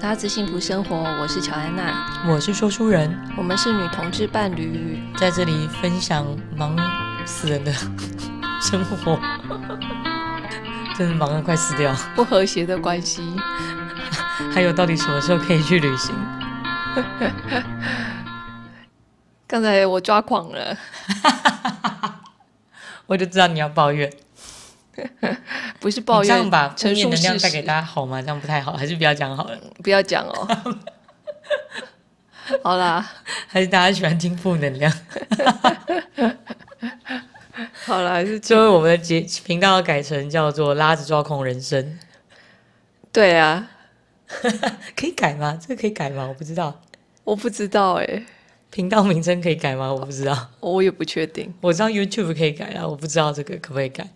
搭子幸福生活，我是乔安娜，我是说书人，我们是女同志伴侣。在这里分享忙死人的 生活， 真的忙得快死掉。不和谐的关系，还有到底什么时候可以去旅行？刚才我抓狂了，我就知道你要抱怨，不是抱你这样怨，把负陈面述能量事带给实，大家好吗？这样不太好，还是不要讲好了。不要讲哦。 好啦，还是大家喜欢听负能量，好啦，还是所以我们的节频道要改成叫做“拉着抓狂人生对啊，”，可以改吗？这个可以改吗？我不知道，我不知道哎、频道名称可以改吗？我不知道。我也不确定。我知道 YouTube 可以改啊，我不知道这个可不可以改。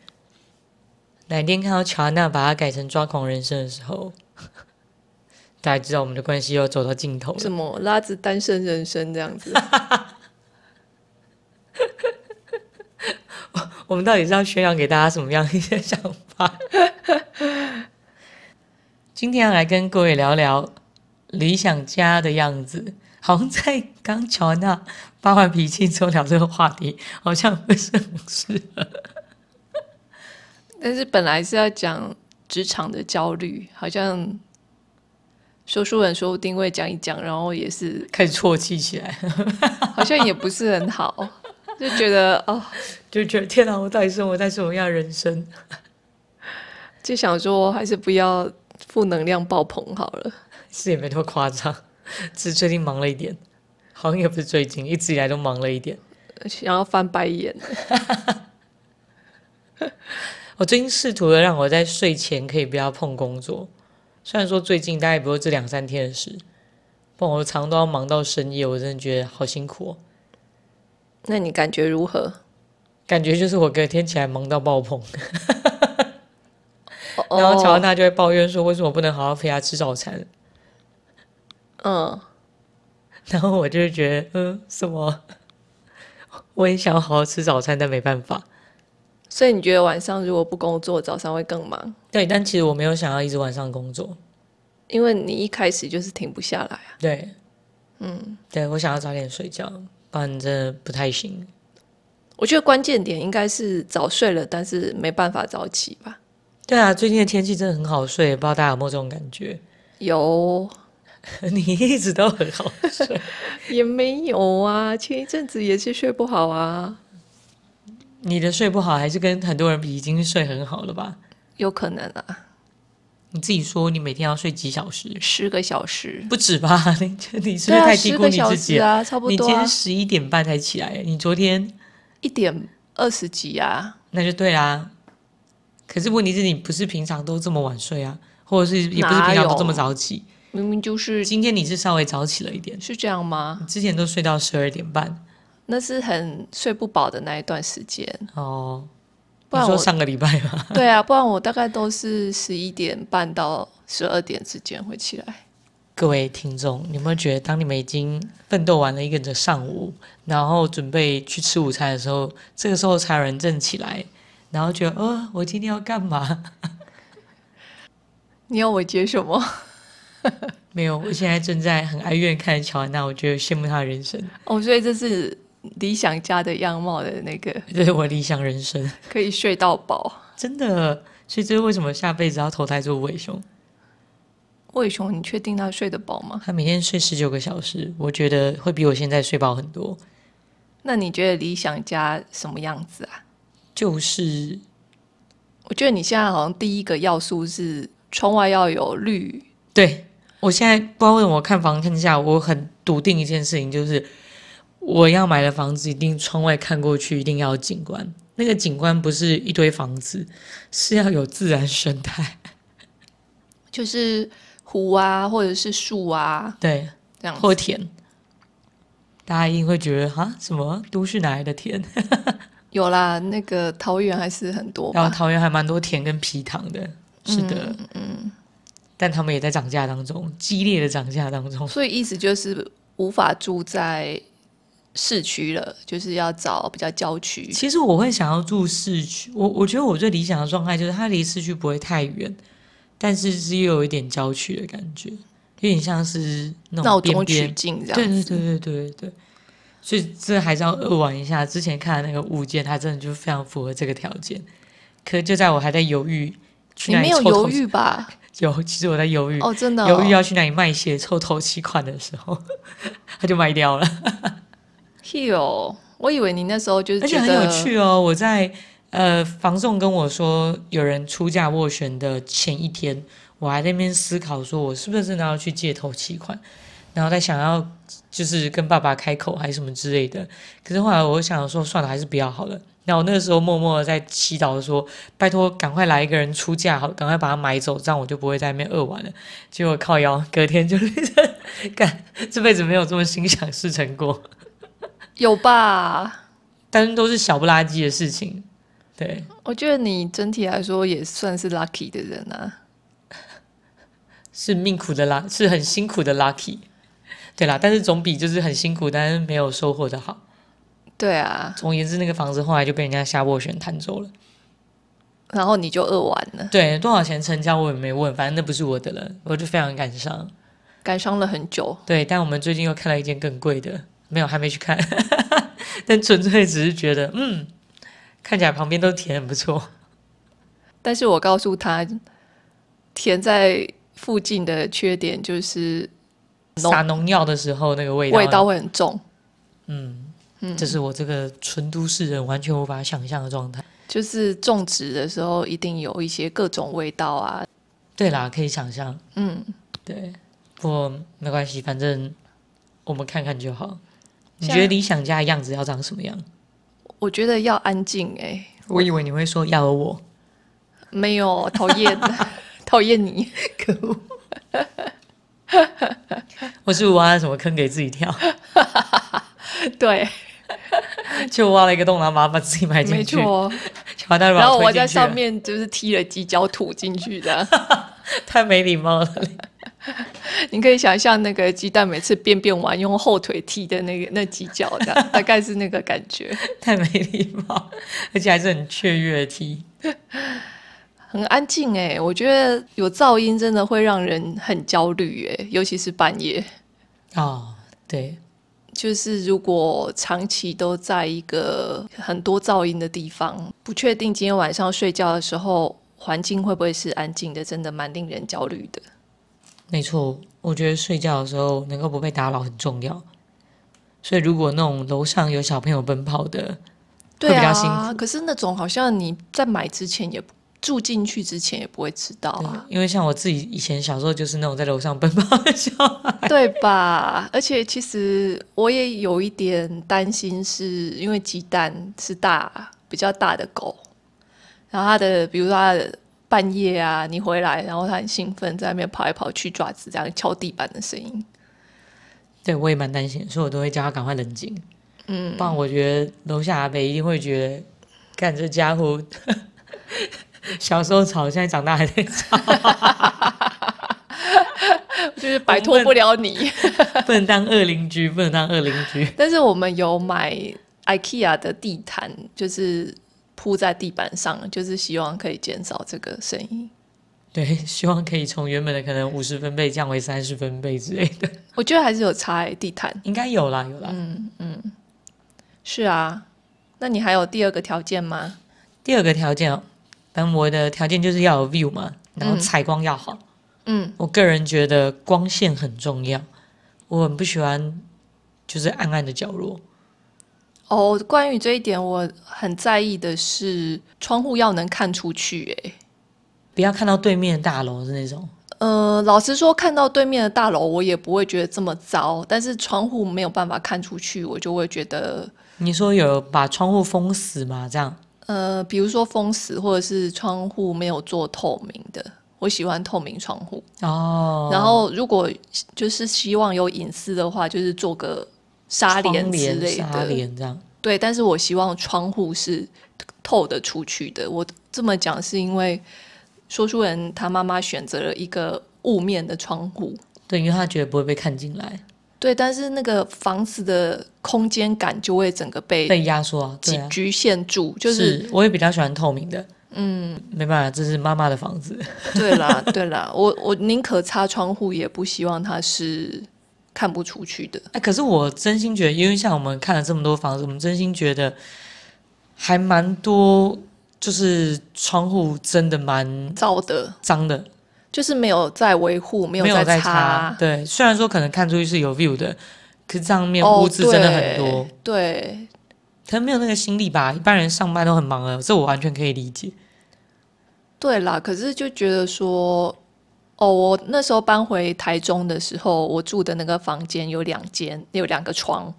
哪天看到乔安娜把它改成抓狂人生的时候， 大家知道我们的关系又走到尽头了。什么拉子单身人生这样子，我们到底是要宣扬给大家什么样的一些想法？ 今天要来跟各位聊聊理想家的样子。好像在刚乔安娜发完脾气之后聊这个话题，好像不是很适合。但是本来是要讲职场的焦虑，好像说书人说不定会讲一讲，然后也是开始啜泣起来，好像也不是很好， 就觉得哦，就觉得天哪，我到底生活在什么样的人生？就想说还是不要负能量爆棚好了。是也没那么夸张， 只是最近忙了一点，好像也不是最近，一直以来都忙了一点。想要翻白眼，我最近试图的让我在睡前可以不要碰工作，虽然说最近大概不过这两三天的事，不然我常常都要忙到深夜，我真的觉得好辛苦哦。那你感觉如何？感觉就是我隔天起来忙到爆棚，哦然后乔安娜就会抱怨说为什么不能好好陪她吃早餐， 嗯，然后我就会觉得嗯什么， 我也想要好好吃早餐，但没办法。所以你觉得晚上如果不工作，早上会更忙？对，但其实我没有想要一直晚上工作，因为你一开始就是停不下来啊。对，嗯，对我想要早点睡觉，不然真的不太行。我觉得关键点应该是早睡了，但是没办法早起吧？对啊，最近的天气真的很好睡，不知道大家有没有这种感觉？ 有你一直都很好 睡，也没有啊？前一阵子也是睡不好啊，你的睡不好还是跟很多人比已经睡很好了吧？有可能啊，你自己说你每天要睡几小时？十个小时。不止吧？ 你你对是不是啊，太低十估个你小自时己了？啊，差不你今多啊天，十一点半才起来，你昨天一点二十几啊，那就对啦。可是问题是你不是平常都这么晚睡啊，或者是也不是哪平常都有这么早起。明明就是今天你是稍微早起了一点。是这样吗？之前都睡到十二点半那是很睡不饱的那一段时间，哦。不你然说我上个礼拜吗？ 对啊，不然我大概都是十一点半到十二点之间会起来。各位听众，你有没有觉得，当你们已经奋斗完了一个整个上午，然后准备去吃午餐的时候，这个时候才有人正起来，然后觉得，呃，我今天要干嘛？ 你要我接什么？没有，我现在正在很哀怨地看着乔安娜，我觉得羡慕她的人生， 哦，所以这是理想家的样貌的那个，这是我理想人生，可以睡到饱。真的。所以这是为什么下辈子要投胎做无尾熊？魏雄，你确定他睡得饱吗？他每天睡十九个小时，我觉得会比我现在睡饱很多。那你觉得理想家什么样子啊？就是我觉得你现在好像第一个要素是窗外要有绿，对我现在不知道为什么我看房看下，我很笃定一件事情，就是我要买的房子一定窗外看过去一定要有景观。那个景观不是一堆房子，是要有自然生态，就是湖啊，或者是树啊 对，这样子。或田。大家一定会觉得啊，什么都市哪来的田？有啦，那个桃园还是很多然后吧。桃园还蛮多田跟皮塘的，啊是的，嗯，但他们也在涨价当中，激烈的涨价当中。嗯所以意思就是无法住在市区了，就是要找比较郊区。其实我会想要住市区，我我觉得我最理想的状态就是它离市区不会太远，但是是又有一点郊区的感觉。有点像是那闹种中边取边，静这对样对子。对对对对。所以这还是要恶玩一下。之前看的那个物件，它真的就非常符合这个条件。可就在我还在犹豫去你哪没里有凑头犹，豫吧？ 有其实我在犹豫，哦，真的、哦，犹豫啊要去哪里卖血凑头期款的时候， 他就卖掉了。 Heal，我以为你那时候就是而且觉很得有趣哦，我在呃房仲跟我说有人出价斡旋的前一天，我还在那边思考，说我是不是真的要去借头期款，然后在想要就是跟爸爸开口还是什么之类的。可是后来我想说，算了，还是不要好了。那我那个时候默默的在祈祷说，拜托赶快来一个人出价，好，赶快把它买走，这样我就不会在那边饿完了。结果靠腰，隔天就是 干，这辈子没有这么心想事成过。有吧？但是都是小不拉几的事情。对，我觉得你整体来说也算是 lucky 的人啊。是命苦的啦，是很辛苦的 lucky。对啦，但是总比就是很辛苦但是没有收获的好。对啊，总而言之，那个房子后来就被人家下斡旋弹走了。然后你就饿完了，对，多少钱成交我也没问，反正那不是我的了，我就非常感伤。感伤了很久。对，但我们最近又看了一间更贵的，没有，还没去看， 但纯粹只是觉得，嗯，看起来旁边都甜，很不错。但是我告诉他，填在附近的缺点就是浓撒农药的时候那个味道，嗯味道会嗯很重，这是我这个纯都市人完全无法想象的状态。就是种植的时候一定有一些各种味道啊。对啦，可以想象。嗯，对，不过没关系，反正我们看看就好。你像觉得理想家的样子要长什么样？我觉得要安静哎、我以为你会说要有我，没有讨 厌讨厌你，我是不是挖了什么坑给自己跳， 对，就挖了一个洞，然后把把自己埋进没去，错。小大 把然后推我进在去了上，面就是踢了几脚土进去的。太没礼貌了。 你可以想象那个鸡蛋每次便便完用后腿踢的那个那几脚的，大概是那个感觉，太没礼貌，而且还是很雀跃的踢。很安静哎、我觉得有噪音真的会让人很焦虑哎、尤其是半夜。哦，对，就是如果长期都在一个很多噪音的地方，不确定今天晚上睡觉的时候环境会不会是安静的，真的蛮令人焦虑的。没错，我觉得睡觉的时候能够不被打扰很重要。所以如果那种楼上有小朋友奔跑的，对会比啊，较辛苦可是那种好像你在买之前也不住进去之前也不会知道啊，哦因为像我自己以前小时候就是那种在楼上奔跑的小孩，对吧？而且其实我也有一点担心是，因为鸡蛋是大比较大的狗，然后它的比如说它的半夜啊，你回来，然后它很兴奋在那边跑来跑去，爪子这样敲地板的声音， 对我也蛮担心，所以我都会叫他赶快冷静。嗯，不然我觉得楼下阿北一定会觉得，看这家伙 小时候吵，现在长大还在吵， 就是摆脱不了你。 不能当恶邻居，不能当恶邻居。但是我们有买 IKEA 的地毯，就是铺在地板上，就是希望可以减少这个声音。对，希望可以从原本的可能五十分贝降为三十分贝之类的，我觉得还是有差、欸、地毯。应该有啦，有啦。是啊，那你还有第二个条件吗？第二个条件哦，反正我的条件就是要有 view 嘛，然后采光要好。嗯，我个人觉得光线很重要，我很不喜欢就是暗暗的角落。哦，关于这一点，我很在意的是窗户要能看出去、欸。不要看到对面的大楼的那种，呃，老实说，看到对面的大楼，我也不会觉得这么糟。但是窗户没有办法看出去，我就会觉得，你说有把窗户封死吗？这样呃，比如说封死，或者是窗户没有做透明的，我喜欢透明窗户。哦，然后如果就是希望有隐私的话，就是做个纱窗帘之帘类纱的。帘这样，对，但是我希望窗户是透得出去的。我这么讲是因为说书人他妈妈选择了一个雾面的窗户，对，因为他觉得不会被看进来，对，但是那个房子的空间感就会整个被被压缩啊，对局啊，局限住，就是是我也比较喜欢透明的，嗯，没办法，这是妈妈的房子。对啦，对啦，我我宁可擦窗户，也不希望它是看不出去的。哎，可是我真心觉得，因为像我们看了这么多房子，我们真心觉得还蛮多，就是窗户真的蛮造的脏的，就是没有在维护，没没有在在擦。对，虽然说可能看出去是有 view 的，可是这样面哦污渍真的很多，对，对可能没有那个心力吧。一般人上班都很忙了，这我完全可以理解。对啦，可是就觉得说，哦，我那时候搬回台中的时候，我住的那个房间有两间，有两个窗。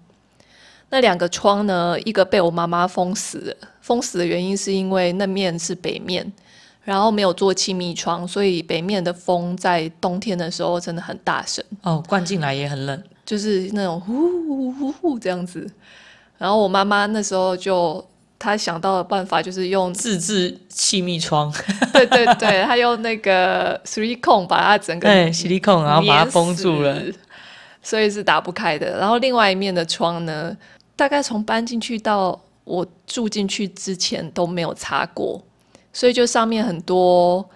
那两个窗呢，一个被我妈妈封死了，封死的原因是因为那面是北面，然后没有做气密窗，所以北面的风在冬天的时候真的很大声。哦，灌进来也很冷，就是那种呼呼呼呼这样子。然后我妈妈那时候就，她想到的办法就是用，自制气密窗，对 对对，她用那个 three cone 把它整个对，吸力控，然后把它封住了。粘死，所以是打不开的。然后另外一面的窗呢，大概从搬进去到我住进去之前都没有擦过，所以就上面很多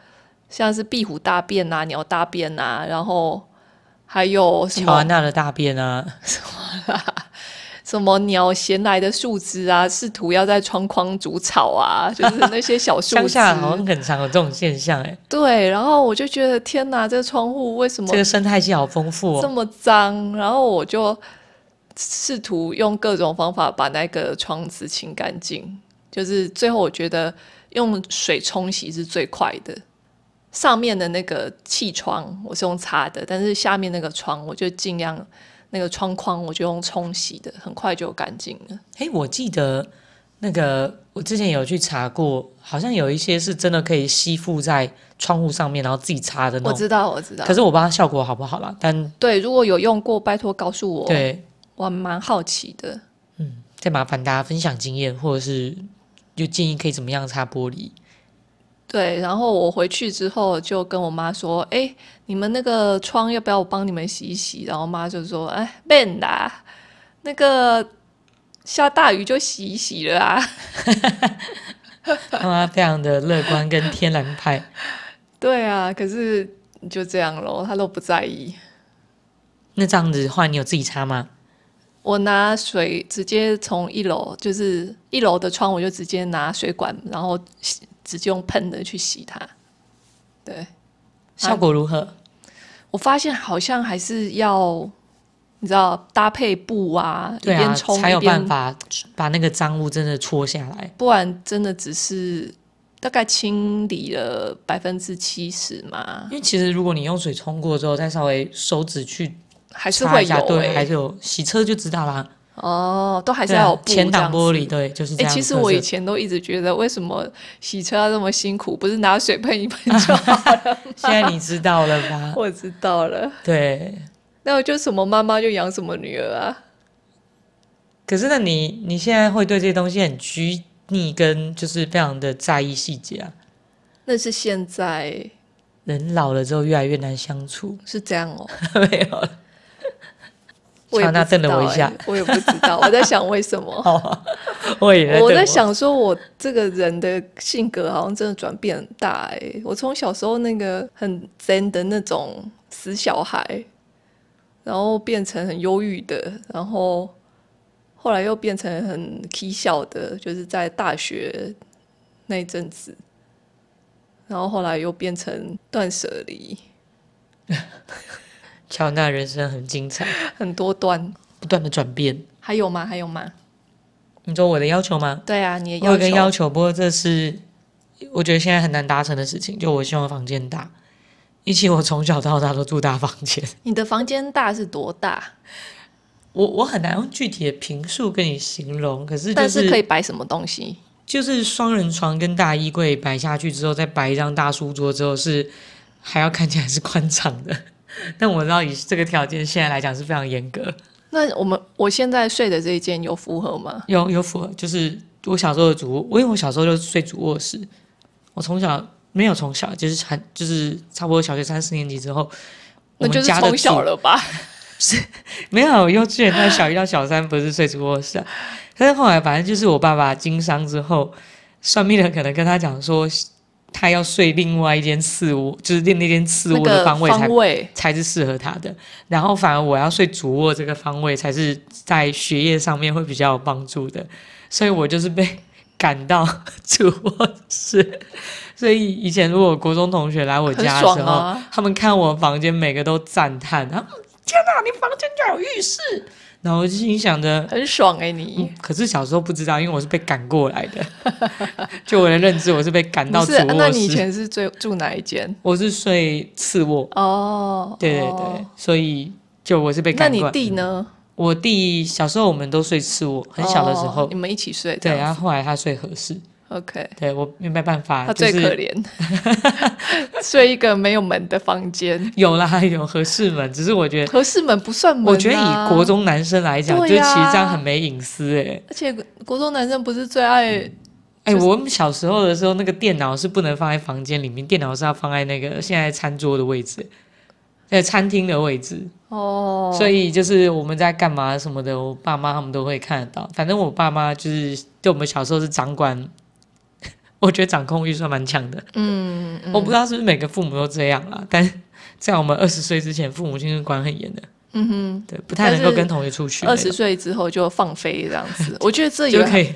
像是壁虎大便啊、鸟大便啊，然后还有什乔么安娜的大便啊，什么鸟衔来的树枝啊，试图要在窗框煮草啊，就是那些小树乡枝。下好像很常有这种现象、哎，对，然后我就觉得天哪，这窗户为什么这个生态系好丰富这哦。么脏？然后我就试图用各种方法把那个窗子清干净，就是最后我觉得用水冲洗是最快的。上面的那个气窗我是用擦的，但是下面那个窗我就尽量那个窗框我就用冲洗的，很快就干净了。哎、我记得那个我之前有去查过，好像有一些是真的可以吸附在窗户上面，然后自己擦的那我种。知道，我知道可。是我不知道效果好不好啦，但对，如果有用过，拜托告诉我。，对，我还蛮好奇的。嗯，再麻烦大家分享经验，或者是就建议可以怎么样擦玻 璃。对，然后我回去之后就跟我妈说：“哎，你们那个窗要不要我帮你们洗一洗？”然后妈就说：“哎，笨啦，那个下大雨就洗一洗了啊。 妈妈非常的乐观跟天然派。”对啊，可是就这样咯，她都不在意。那这样子的话，你有自己擦啊吗？我拿水直接从一楼，就是一楼的窗，我就直接拿水管，然后洗直接用喷的去洗它。对。效果如何？我发现好像还是要，你知道搭配布啊，对一边啊，冲才一有办边，法把那个脏污真的搓下来。不然真的只是大概清理了百分之七十嘛因，为其实如果你用水冲过之后，再稍微手指去还是擦会一下，有、对，还欸、是有洗车就知道啦。哦，都还是对啊要有布前挡玻这璃，样子。对，就是哎、这样的其特色。实 我以前都一直觉得，为什么洗车要这么辛苦？不是拿水喷一喷就好了吗？现在你知道了 吧？我知道 了，对，那我就什么妈妈就养什么女儿啊。可是那你你现在会对这些东西很拘泥，跟就是非常的在意细节啊。那是现在人老了之后越来越难相处， 是这样哦。没有 了。我也 乔不娜知瞪了道我一下欸，我也不知道，我在想为什么。好啊，我也在我对在，想说，我这个人的性格好像真的转变很大哎、我从小时候那个很 zen 的那种死小孩，然后变成很忧郁的，然后后来又变成很 k 笑的，就是在大学那一阵子，然后后来又变成断舍离，乔娜人生很精彩，很多段。不断的转变。还有吗？还有吗？你说我的要求吗？对啊，你的我要有个求要求，不过这是我觉得现在很难达成的事情。就我希望房间大，一起我从小到大都住大房间，你的房间大是多大？我我很难用具体的评述跟你形容。可是就但是可是以摆什么东西？就是双人床跟大衣柜摆下去之后，再摆一张大书桌之后是还要看起来是宽敞的。但我知道以这个条件现在来讲是非常严格，那我们我现在睡的这一间有符合吗？有有符合就是我小时候的主卧，我因为我小时候就睡主卧室，我从小没有从小就是很就是差不多小学三四年级之后，我那就们是家的从小主了吧？ 没有幼稚园到小一到小三不是睡主卧室、啊，但是后来反正就是我爸爸经商之后，算命的可能跟他讲说，他要睡另外一间次卧，就是那那间次那卧的个方位才、位才是适合他的。然后反而我要睡主卧这个方位才是在学业上面会比较有帮助的，所以我就是被赶到主卧室。所以以前如果国中同学来我很家的爽时候，啊，他们看我房间每个都赞叹，他们天哪，你房间居然有浴室！然后我就心想着，嗯很爽哎、你。可是小时候不知道，因为我是被赶过来的，就我的认知我是被赶不到主是，啊那卧你以室，前是最住哪一间？我是睡次卧，哦，对对对，哦所以就我是被那赶过你来。弟呢？我弟小时候我们都睡次卧，很小的时候，哦你们一起睡这对，啊样然后后来他睡合适， ，OK。对我没办法，他最啊就可是怜， 睡一个没有门的房间，有啦 有合适门，只是我觉得。合适门不算门、啊。我觉得以国，中男生来讲，就对啊其实呀这样很没隐私哎、而且国中男生不是最爱哎、就是我们小时候的时候，那个电脑是不能放在房间里面，电脑是要放在那个现在餐桌的位置，在餐厅的位置。哦，所以就是我们在干嘛什么的，我爸妈他们都会看得到。反正我爸妈就是对我们小时候是掌管， 我觉得掌控欲算蛮强的。嗯，嗯我不知道是不是每个父母都这样啦，但在我们二十岁之前，父母亲是管很严的，嗯哼，对，不太能够但是跟同学出去那二种。十岁之后就放飞这样子，我觉得这嗯就也可以，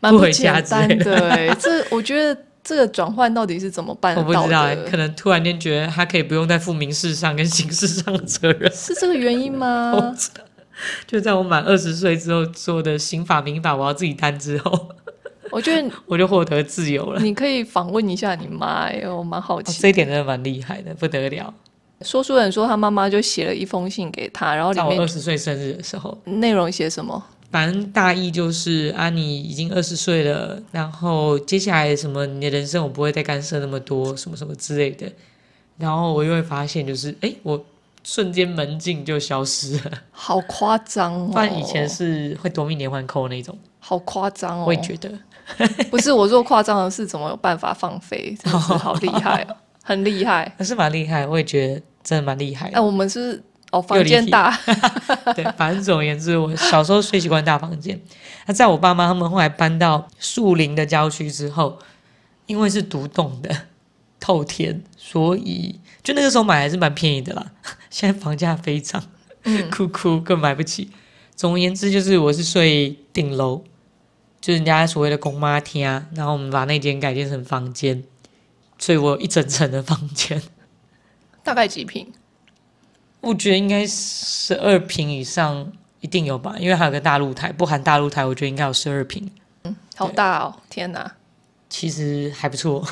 蛮不回简家之单类的欸、这我觉得这个转换到底是怎么办我得不到知道、欸，的？可能突然间觉得他可以不用再负民事上跟刑事上的责任。是这个原因 我吗？知道，就在我满二十岁之后，所有的刑法、民法我要自己担之后， 我觉得我就获得自由了。你可以访问一下你妈、欸，我蛮好哦奇。这一点真的蛮厉害的，不得了。说书人说他妈妈就写了一封信给他，哦然后里在我二面十岁生日的时候，内容写什么？反正大意就是啊，你已经二十岁了，然后接下来什么你的人生我不会再干涉那么多，什么什么之类的。然后我又会发现，就是哎，我瞬间门禁就消失了。好夸张哦！不然以前是会夺命连环扣那种，好夸张哦！我也觉得。不是我做夸张的事，怎么有办法放飞？真的是好厉害、哦，很厉害。还是蛮厉害，我也觉得真的蛮厉害哎、的。我们是哦，又房离间题大， 对，反正总而言之，我小时候睡习惯大房间。那在我爸妈他们后来搬到树林的郊区之后，因为是独栋的透天，所以就那个时候买还是蛮便宜的啦。 现在房价飞涨， 嗯哭哭更买不起。总而言之，就是我是睡顶楼，就是人家所谓的公妈厅啊，然后我们把那间改建成房间，所以我有一整层的房间。大概几平？我觉得应该十二平以上一定有吧，因为还有个大露台，不含大露台，我觉得应该有十二平，好大哦！天哪，其实还不错。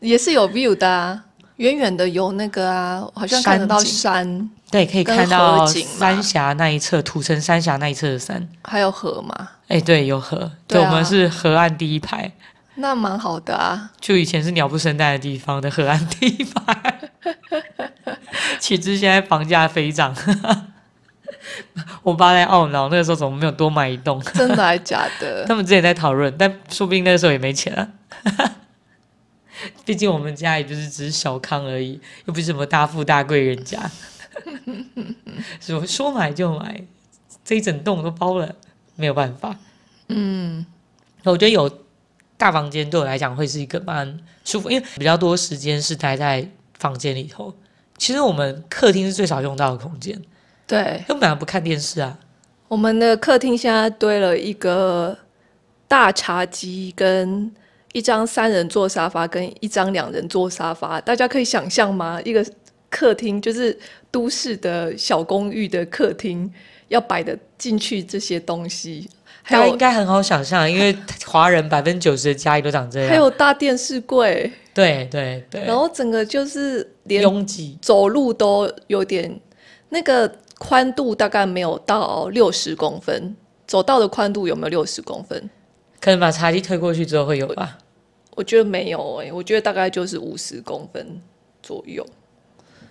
也是有 view 的啊，远远的有那个啊，好像看得到山， 对，可以跟看到河啊景嘛三峡那一侧，土城三峡那一侧的山。还有河嘛，哎，对，有河，对啊我们是河岸第一排，那蛮好的啊。 就以前是鸟不生蛋的地方的河岸第一 排。岂知现在房价飞涨， 我爸在懊恼，那个时候怎么没有多买一栋？真的还假的？他们之前在讨论，但说不定那个时候也没钱啊。 毕竟我们家也就是只是小康而已，又不是什么大富大贵人家， 说说买就买，这一整栋都包了，没有办法。嗯，我觉得有大房间对我来讲会是一个蛮舒服，因为比较多时间是待在房间里头。其实我们客厅是最少用到的空间，对，根本不看电视啊。我们的客厅现在堆了一个大茶几跟。一张三人座沙发跟一张两人座沙发，大家可以想象吗？一个客厅就是都市的小公寓的客厅，要摆的进去这些东西，还大家有应该很好想象，因为华人百分之九十的家里都长这样。还有大电视柜，对对对，然后整个就是连拥挤，走路都有点那个宽度大概没有到六十公分，走道的宽度有没有六十公分？可能把茶几推过去之后会有吧。我觉得没有欸诶、我觉得大概就是五十公分左右，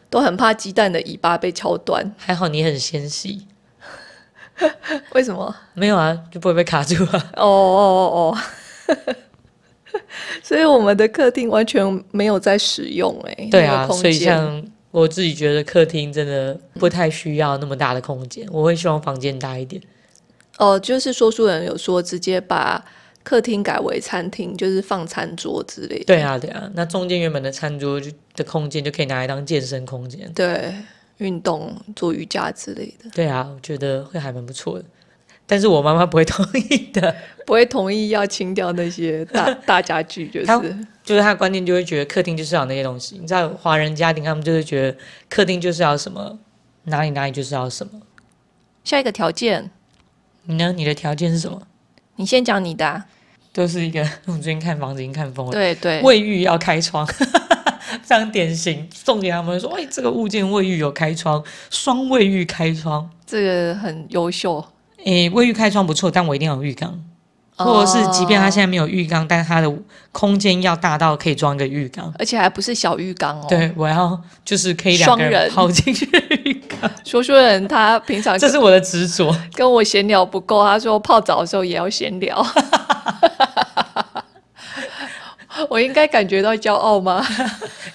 都很怕鸡蛋的尾巴被敲断。还好你很纤细，为什么？没有啊，就不会被卡住啊。 哦哦哦哦，哦 所以我们的客厅完全没有在使用诶、对那啊，个空所间以像我自己觉得客厅真的不太需要那么大的空间，我会希望房间大一点。哦，就是说书人有说，直接把客厅改为餐厅，就是放餐桌之类的。对啊，对啊，那中间原本的餐桌就的空间就可以拿来当健身空间。对，运动、做瑜伽之类的，对啊，我觉得会还蛮不错的，但是我妈妈不会同意的，不会同意要清掉那些 大大家具，就他是就是她的观念就会觉得客厅就是要那些东西。你知道华人家庭他们就会觉得客厅就是要什么，哪里哪里就是要什么。下一个条件。你呢？你的条件是什么？你先讲你的、啊，都是一个， 我最近看房子已经看疯了。对对，卫浴要开窗，非常典型。送给他们说，哎，这个物件卫浴有开窗，双卫浴开窗。这个很优秀，诶，卫浴开窗不错，但我一定要有浴缸，或者哦是即便它现在没有浴缸，但它的空间要大到可以装一个浴缸。而且还不是小浴缸哦。，对，我要就是可以两个双人人泡进 去的浴缸，说书人他平常这是我的执着。跟我闲聊不够，他说泡澡的时候也要闲聊。 我应该感觉到骄傲吗？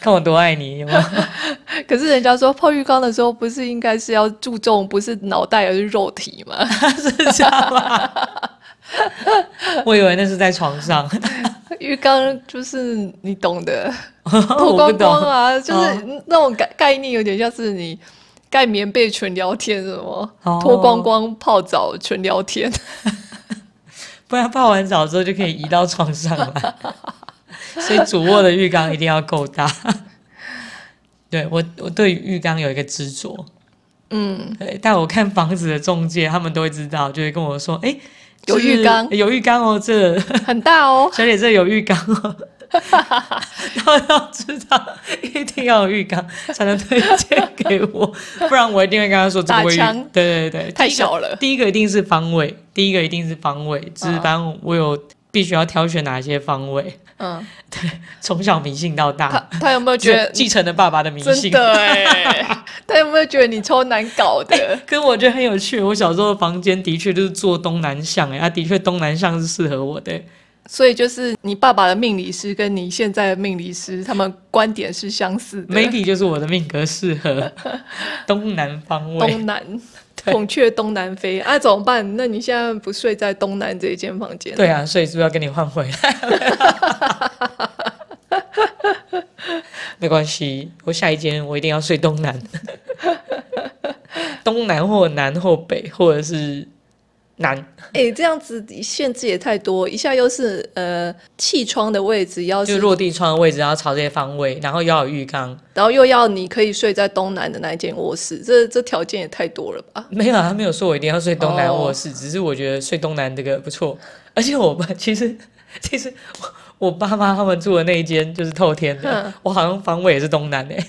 看我多爱你，有没有 可是人家说泡浴缸的时候，不是应该是要注重不是脑袋而是肉体吗？ 是这样吗？我以为那是在 床上，浴缸就是你懂的，脱哦我不哦光光懂。啊，就是那种概概念，有点像是你盖棉被纯聊天什么，哦脱光光泡澡纯聊天。 不然泡完澡之后就可以移到床上 来。所以主卧的浴缸一定要够大。 对我，我对浴缸有一个执着。嗯，对，但我看房子的中介，他们都会知道，就会跟我说：“哎，有就是浴缸有浴缸哦，这。很大哦 小姐这有浴缸 哦。”然后要知道一定要有浴缸才能推荐给我，不然我一定会跟他说这打个卫浴枪对对对，太第一个小了嗯第一个一定是方位，第一个一定是方位，只是班我有必须要挑选哪些方位， 嗯，从小迷信到他大，他有没有觉 得继继承了爸爸的迷真信。 的哎？ 他有没有觉得你超难搞 的？哎可我觉得很有趣，我小时候的房间的确就是坐东南向、哎，啊，的确东南向是适合我的、所以就是你爸爸的命理师跟你现在的命理师，他们观点是相似的。 maybe 就是我的命格适 合东南方位。东 南，孔雀东南飞啊，怎么办？那你现在不睡在东南这一间房间？对啊，所以是不是要跟你换回来？ 没关系，我下一间我一定要睡东南， 东南或南或北，或者是南。哎、这样子限制也太多，一下又是呃气窗的位置，要就是落地窗的位置，然后朝这些方位，然后要有浴缸。然后又要你可以睡在东南的那一间卧室，这这条件也太多了吧？没有啊，他没有说我一定要睡东南哦卧室，只是我觉得睡东南这个不错。而且我爸 其实其实我我爸妈他们住的那一间就是透天的嗯，我好像方位也是东南诶、欸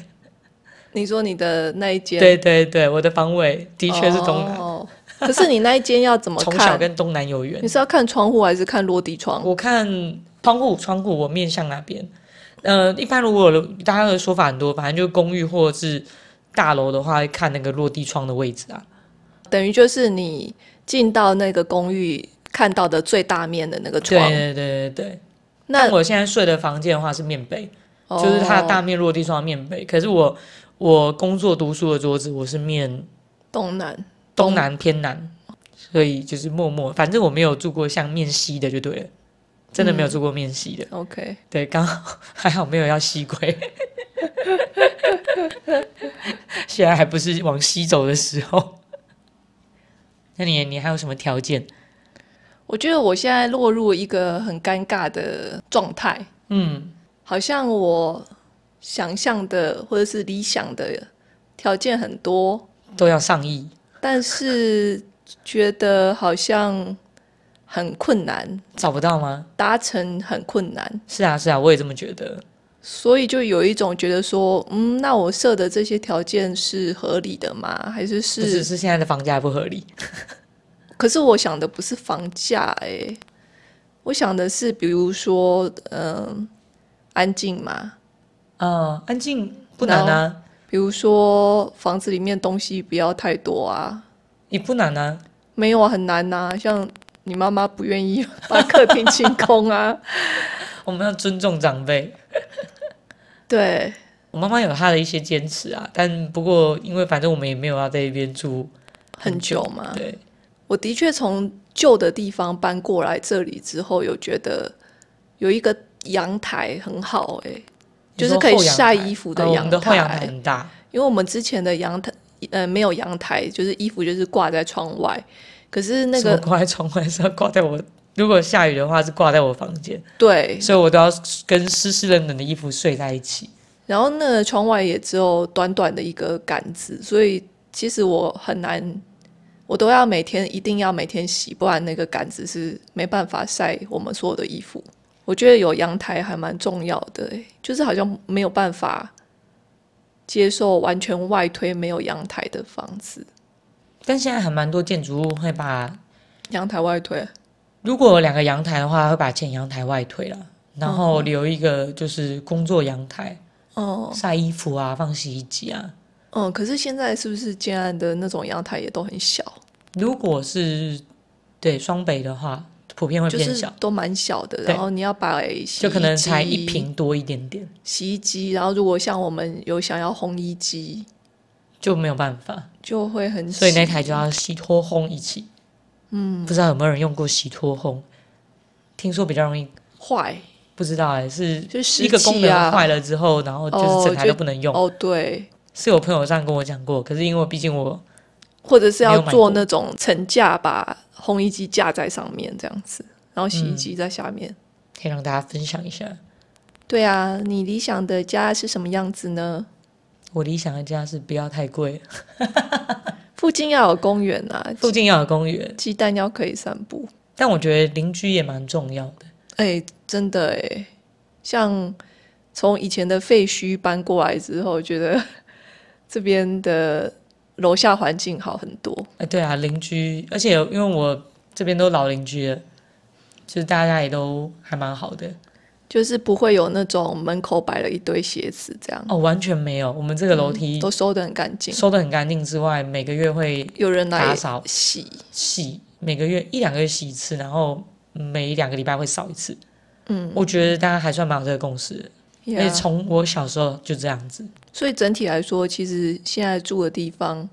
你说你的那一间，对对对，我的方位的确是东南，哦、可是你那一间要怎么从小看？跟东南有缘你。是要看窗户还是看落地窗？我看窗户，窗户我面向那边。呃，一般如果有大家的说法很多，反正就是公寓或者是大楼的话，看那个落地窗的位置啊。等于就是你进到那个公寓看到的最大面的那个对窗。对对对对。那但我现在睡的房间的话是面北，哦就是它的大面落地窗的面北。可是我我工作读书的桌子我是面东南，东南偏南，哦所以就是默默，反正我没有住过像面西的就对了，真的没有嗯住过面西的。 OK，对，刚好 还好没有要西归， 现在还不是往西走的时候。那你你还有什么条件？我觉得我现在落入一个很尴尬的状态，嗯，好像我想象的或者是理想的条件很多，都要上亿。但是觉得好像很困难，找不到吗？达成很困难，是啊，是啊，我也这么觉得。所以就有一种觉得说，嗯，那我设的这些条件是合理的吗？还是不是？只是现在的房价不合理，可是我想的不是房价哎、我想的是，比如说，嗯、安静嘛，嗯，安静不难啊，比如说房子里面东西不要太多啊，也不难啊。没有啊，很难呐、像你妈妈不愿意把客厅清空啊，我们要尊重长辈。对，我妈妈有她的一些坚持啊，但不过因为反正我们也没有要在一边住很久嘛，对，我的确从旧的地方搬过来这里之后，有觉得有一个阳台很好、欸，哎，你就是说可以后阳晒台衣服的呃我们阳的后阳台台很大，因为我们之前的阳台，呃，没有阳台，就是衣服就是挂在窗外。可是那什么个挂在窗外是要挂在我，如果下雨的话是挂在我房间，对，所以我都要跟湿湿冷冷的衣服睡在一起。然后那个窗外也只有短短的一个杆子，所以其实我很难，我都要每天一定要每天洗，不然那个杆子是没办法晒我们所有的衣服。我觉得有阳台还蛮重要的欸，就是好像没有办法接受完全外推没有阳台的房子，但现在还蛮多建筑物会把，阳台外推。如果有两个阳台的话，会把前阳台外推了，然后留一个就是工作阳台，哦、晒衣服啊，放洗衣机啊。嗯，可是现在是不是建安的那种阳台也都很小，如果是对双北的话，普遍会就变是小，都蛮小的，对然后你要摆洗就可能衣才机一平多一点点，洗衣机，然后如果像我们有想要烘衣机，就没有办法。就会很所以那洗台就要洗脱烘一起。嗯，不知道有没有人用过洗脱烘？听说比较容易，坏不知道哎、是就湿一个功气啊能坏了之后，然后就是整台都不能用。哦，对，是我朋友这样跟我讲过，可是因为毕竟我或者是没要有买做过那种层架，把烘衣机架在上面这样子，然后洗嗯衣机在下面。可以让大家分享一下，对啊，你理想的家是什么样子呢？我理想的家是不要太贵，附近要有公园啊，附近要有公园，鸡蛋要可以散步。但我觉得邻居也蛮重要的。哎、真的哎、像从以前的废墟搬过来之后，觉得 这边的楼下环境好很多。哎，对啊，邻居，而且因为我这边都老邻居了，就是大家也都还蛮好的。就是不会有那种门口摆了一堆鞋子这样，哦，完全没有，我们这个楼梯都收得很干净。收的很干净之外，每个月会有人来打扫洗，洗，每个月一两个月洗一次，然后每两个礼拜会扫一次。嗯，我觉得大家还算蛮有这个共识的，因为 yeah 从我小时候就这样子。所以整体来说，其实现在住的地方，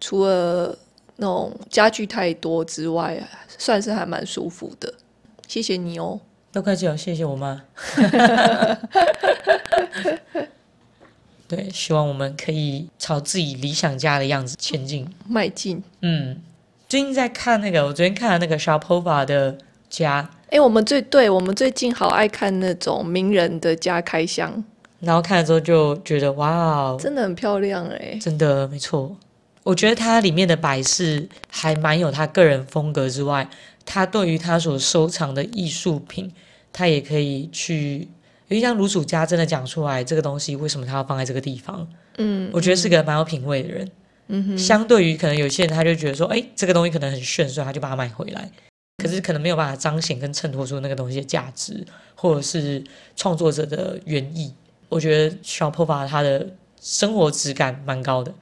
除了那种家具太多之外，算是还蛮舒服的。谢谢你哦。都快就有谢谢我妈。 对，希望我们可以朝自己理想家的样子前进。迈进。嗯，最近在看那个，我昨天看了那个 Sharpova 的家，哎，我们最对我们最近好爱看那种名人的家开箱，然后看了之后就觉得哇哦，真的很漂亮哎、真的没错。我觉得它里面的摆饰还蛮有他个人风格之外，他对于他所收藏的艺术品，他也可以去，有一像卢楚家真的讲出来这个东西为什么他要放在这个地方。嗯，我觉得是个蛮有品味的人。嗯哼，相对于可能有些人他就觉得说，哎，这个东西可能很炫，所以他就把它买回来。嗯可是可能没有办法彰显跟衬托出那个东西的价值，或者是创作者的原意。我觉得小破法他的生活质感蛮高的。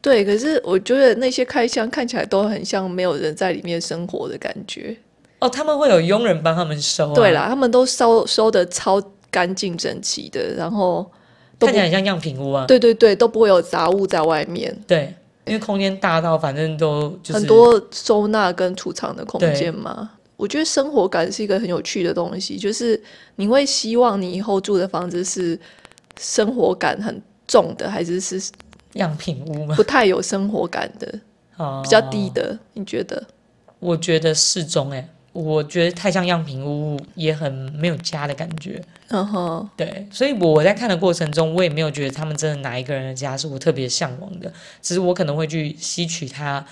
对，可是我觉得那些开箱看起来都很像没有人在里面生活的感觉。哦，他们会有佣人帮他们收、啊，对，啦，他们都收收的超干净整齐的，然后都看不起来很像样品屋啊。对对对都不会有杂物在外面，对，因为空间大到反正都就是很多收纳跟储藏的空对间嘛。我觉得生活感是一个很有趣的东西，就是你会希望你以后住的房子是生活感很重的，还是是样品屋嘛，不太有生活感 的，哦比较低的？你觉得？我觉得适中哎、我觉得太像样品屋，也很没有家的感觉。然后对，所以我在看的过程中，我也没有觉得他们真的哪一个人的家是我特别向往的，只是我可能会去吸取他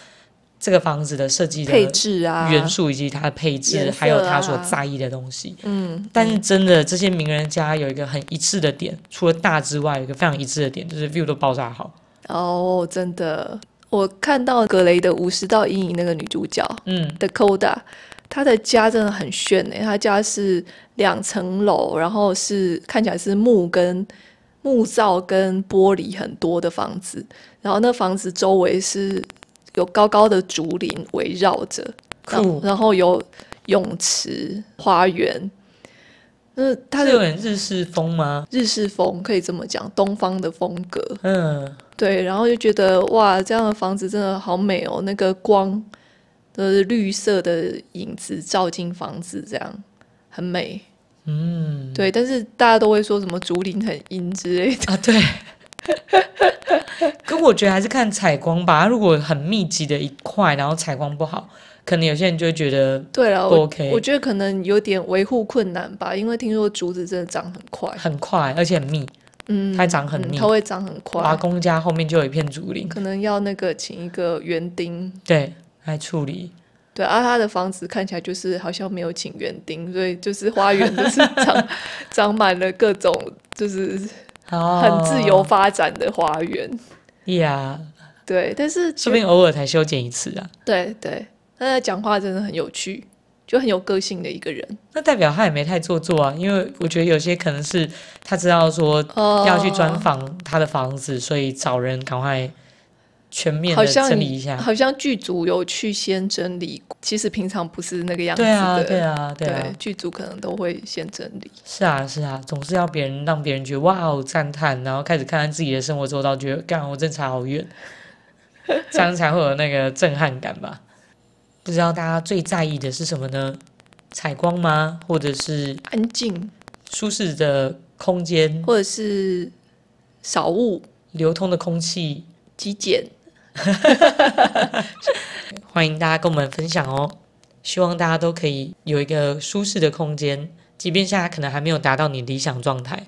这个房子的设计的配置啊，元素以及它的配置，颜色啊还有他所在意的东西。嗯，但是真的，这些名人家有一个很一致的点，除了大之外，有一个非常一致的点，就是 view 都爆炸好。哦，真的，我看到格雷的《五十道阴影》那个女主角嗯，的 Koda，她的家真的很炫诶、她家是两层楼，然后是看起来是木跟木造跟玻璃很多的房子，然后那房子周围是有高高的竹林围绕着，然后酷，然后有泳池、花园。那它它是有的点日式风吗？日式风可以这么讲，东方的风格。嗯， 对，然后就觉得哇，这样的房子真的好美哦，那个光都是绿色的影子照进房子，这样很美。嗯，对，但是大家都会说什么竹林很阴之类的，啊，对。 跟我觉得还是看采光吧。它如果很密集的一块，然后采光不好，可能有些人就会觉得对了，不我 OK 我觉得可能有点维护困难吧，因为听说竹子真的长很快，很快，而且很密，嗯，它长很嗯密它。会长很华快，公家后面就有一片竹林，可能要那个请一个园丁，对，来处理。对啊，他的房子看起来就是好像没有请园丁，所以就是花园就是 长长满了各种就是哦，很自由发展的花园。呀，对，但是其哦说不定偶尔才修剪一次啊。对对，但他讲话真的很有趣，就很有个性的一个人。那代表他也没太做作啊，因为我觉得有些可能是他知道说哦要去专访他的房子，所以找人赶快全面好的像整理一下。好像剧组有去先整理过，其实平常不是那个样子对啊，的。对啊，对对啊，剧组可能都会先整理。是啊，是啊，总是要别人让别人觉得哇哦赞叹，然后开始看看自己的生活周遭，觉得干我真差 好远，这样才会有那个震撼感吧。不知道大家最在意的是什么呢？采光吗？或者是安静，舒适的空间、或者是少物流通的空气？极简。欢迎大家跟我们分享哦。希望大家都可以有一个舒适的空间，即便现在可能还没有达到你理想状态，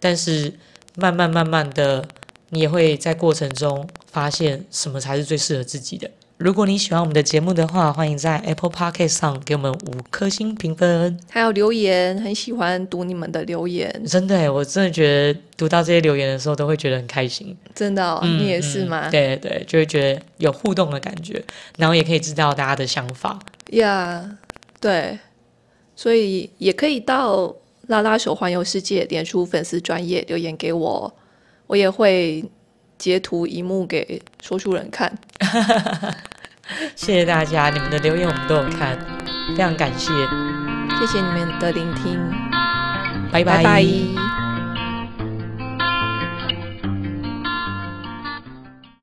但是慢慢慢慢的，你也会在过程中发现什么才是最适合自己的。如果你喜欢我们的节目的话，欢迎在 Apple Podcast 上给我们五颗星评分。还有留言，很喜欢读你们的留言，真的耶，我真的觉得读到这些留言的时候，都会觉得很开心。真的、哦你也是吗嗯？对对对，就会觉得有互动的感觉，然后也可以知道大家的想法。呀对，所以也可以到拉拉手环游世界脸书粉丝专业留言给我，我也会截图一幕给说书人看。谢谢大家，你们的留言我们都有看，非常感谢，谢谢你们的聆听，拜拜拜